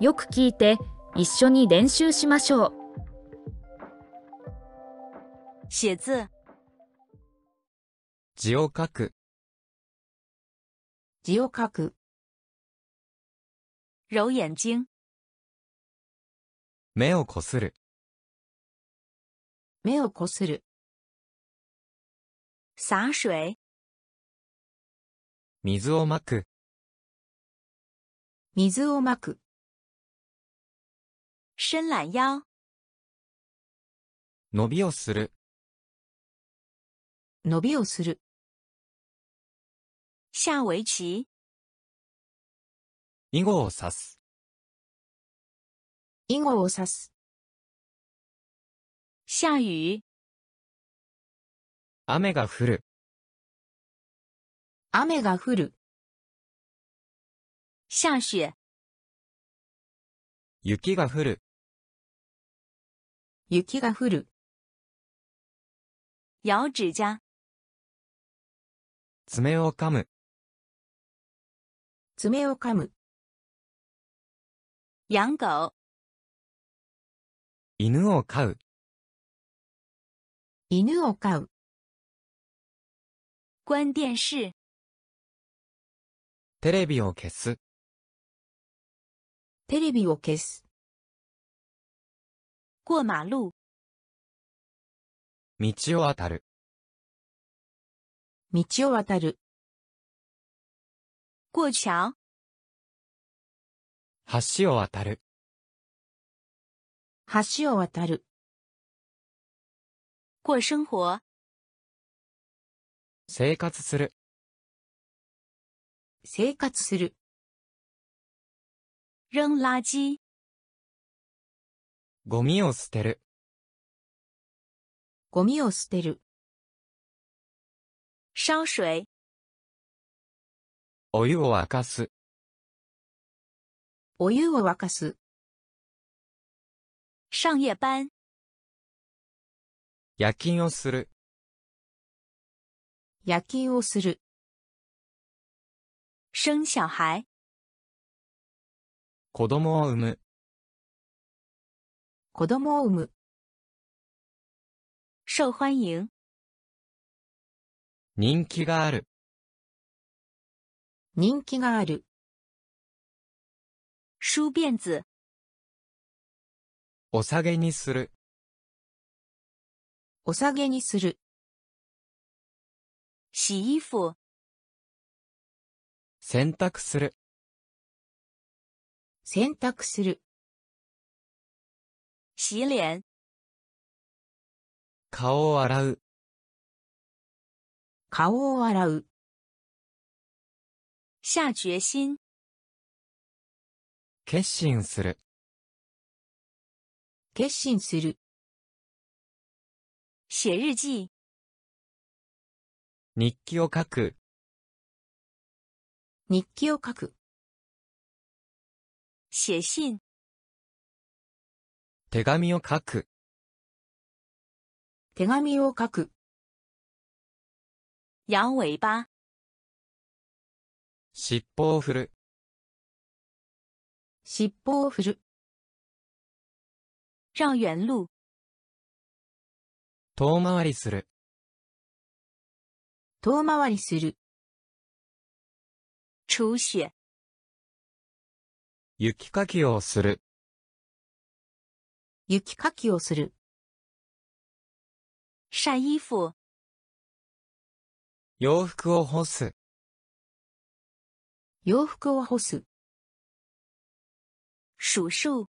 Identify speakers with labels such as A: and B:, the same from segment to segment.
A: よく聞いて一緒に練習しましょう
B: 写字、
C: 字を書く、
D: 字を書く、
B: 揉眼睛、
C: 目をこする、
D: 目をこする、
B: 洒水、
C: 水をまく、
D: 水をまく、
B: 伸懒腰、
C: 伸びをする、
D: 伸びをする、
B: 下围棋、
C: 囲碁を指す、
D: 囲碁を指す、
B: 下雨、
C: 雨が降る、
D: 雨が降る、
B: 下雪、
C: 雪が降る、
D: 雪が降る、
B: 咬指甲、
C: 爪を噛む、
D: 爪を噛む、
B: 养狗、
C: 犬を飼う、
D: 犬を飼う、
B: 关电视、
C: テレビを消す、
D: テレビを消す、
B: 过马路、
C: 道を渡る、
D: 道を渡る、
B: 过桥、
C: 橋を渡る、
D: 橋を渡る、
B: 过生活、
C: 生活する、
D: 生活する、
B: 扔垃圾、
C: ゴミを捨てる、
D: ゴミを捨てる、
B: 烧水、
C: お湯を沸かす、
D: お湯を沸かす、
B: 上夜班、
C: 夜勤をする、
D: 夜勤をする、
B: 生小孩、
C: 子供を産む、
D: 子供を産む、
B: 受欢迎、
C: 人気がある、
D: 人気がある、
B: 梳辫子、
C: お下げにする、
D: お下げにする、
B: 洗衣服、
C: 洗濯する、
D: 洗濯する、
B: 洗脸、
C: 顔を洗う、
D: 顔を洗う、
B: 下决心、
C: 決心する、
D: 決心する、
B: 写日记、
C: 日記を書く、
D: 日記を書く、
B: 写信、
C: 手紙を書く、
D: 手紙を書く、
B: 摇尾巴、
C: 尻尾を振る、
D: 尻尾を振る、
B: 绕远路、
C: 遠回りする、
D: 遠回りする、
B: 除雪、
C: 雪かきをする、
D: 雪かきをする、
B: 晒衣服、
C: 洋服を干す、
D: 洋服を干す、
B: 数数、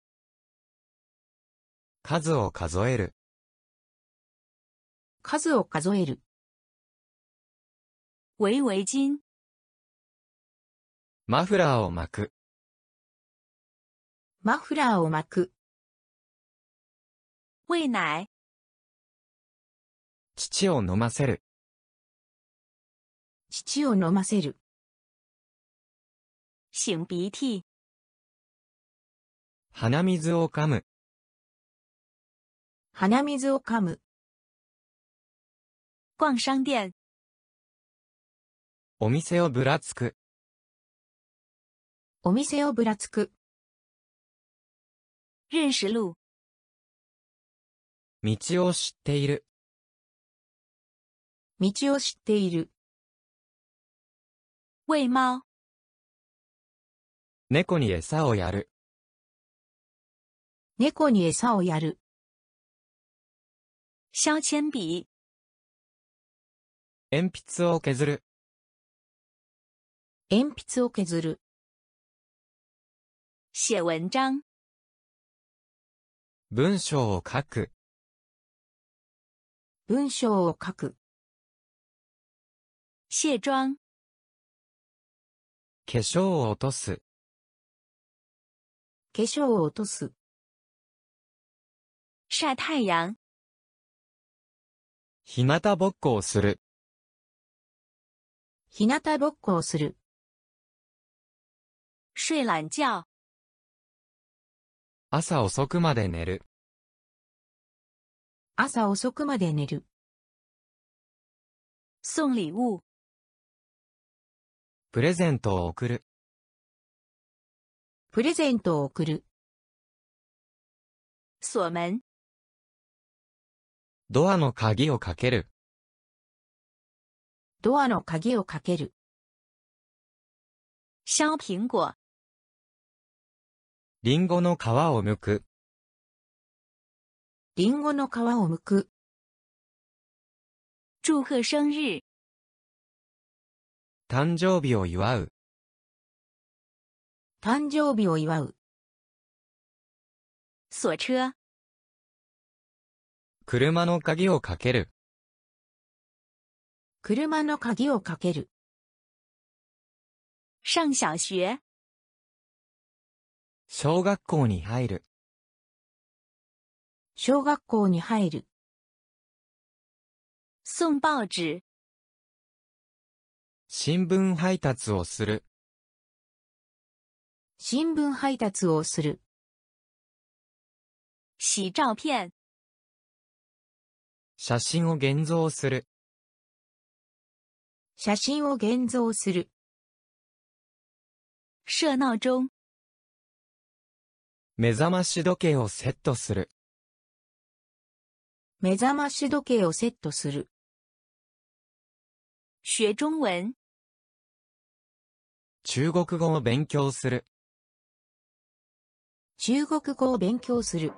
C: 数を数える、
D: 数を数える、
B: 围围巾、
C: マフラーを巻く、
D: マフラーを巻く、
B: 喂奶、
C: 乳を飲ませる、
D: 乳を飲ませる、
B: 擤鼻涕、
C: 鼻水を噛む、
D: 鼻水を噛む、
B: 逛商店、
C: お店をぶらつく、
D: お店をぶらつく、
B: 认识路，
C: 道を知っている。
D: 道を知っている。
B: 喂猫，
C: 猫に餌をやる。
D: 猫に餌をやる。
B: 削铅笔，
C: 鉛筆を削る。
D: 鉛筆を削る。
B: 写文章，
C: 文章を書く。
D: 文章を書く。
B: 卸妆，
C: 化粧を落とす。
D: 化粧を落とす。
B: 晒太阳，
C: 日向ぼっこをする。
D: 日向ぼっこをする。
B: 睡懒觉，
C: 朝遅くまで寝る。
D: 朝遅くまで寝る。
B: 送礼物，
C: プレゼントを送る。
D: プレゼントを送る。
B: 锁门，
C: ドアの鍵をかける。
D: ドアの鍵をかける。
B: 削苹果，
C: リンゴの皮を剥く。
D: リンゴの皮を剥く。
B: 祝贺生日，
C: 誕生日を祝う。
D: 誕生日を祝う。
B: 锁车，
C: 車の鍵をかける。
D: 車の鍵をかける。
B: 上小学，
C: 小学校に入る。
D: 小学校に入る。
B: 送报纸，
C: 新聞配達をする。
D: 新聞配達をする。
B: 洗照片，
C: 写真を現像する。
D: 写真を現像する。
B: 设闹钟，
C: 目覚まし時計をセットする。
D: 目覚まし時計をセットする。
B: 学中文，
C: 中国語を勉強する。
D: 中国語を勉強する。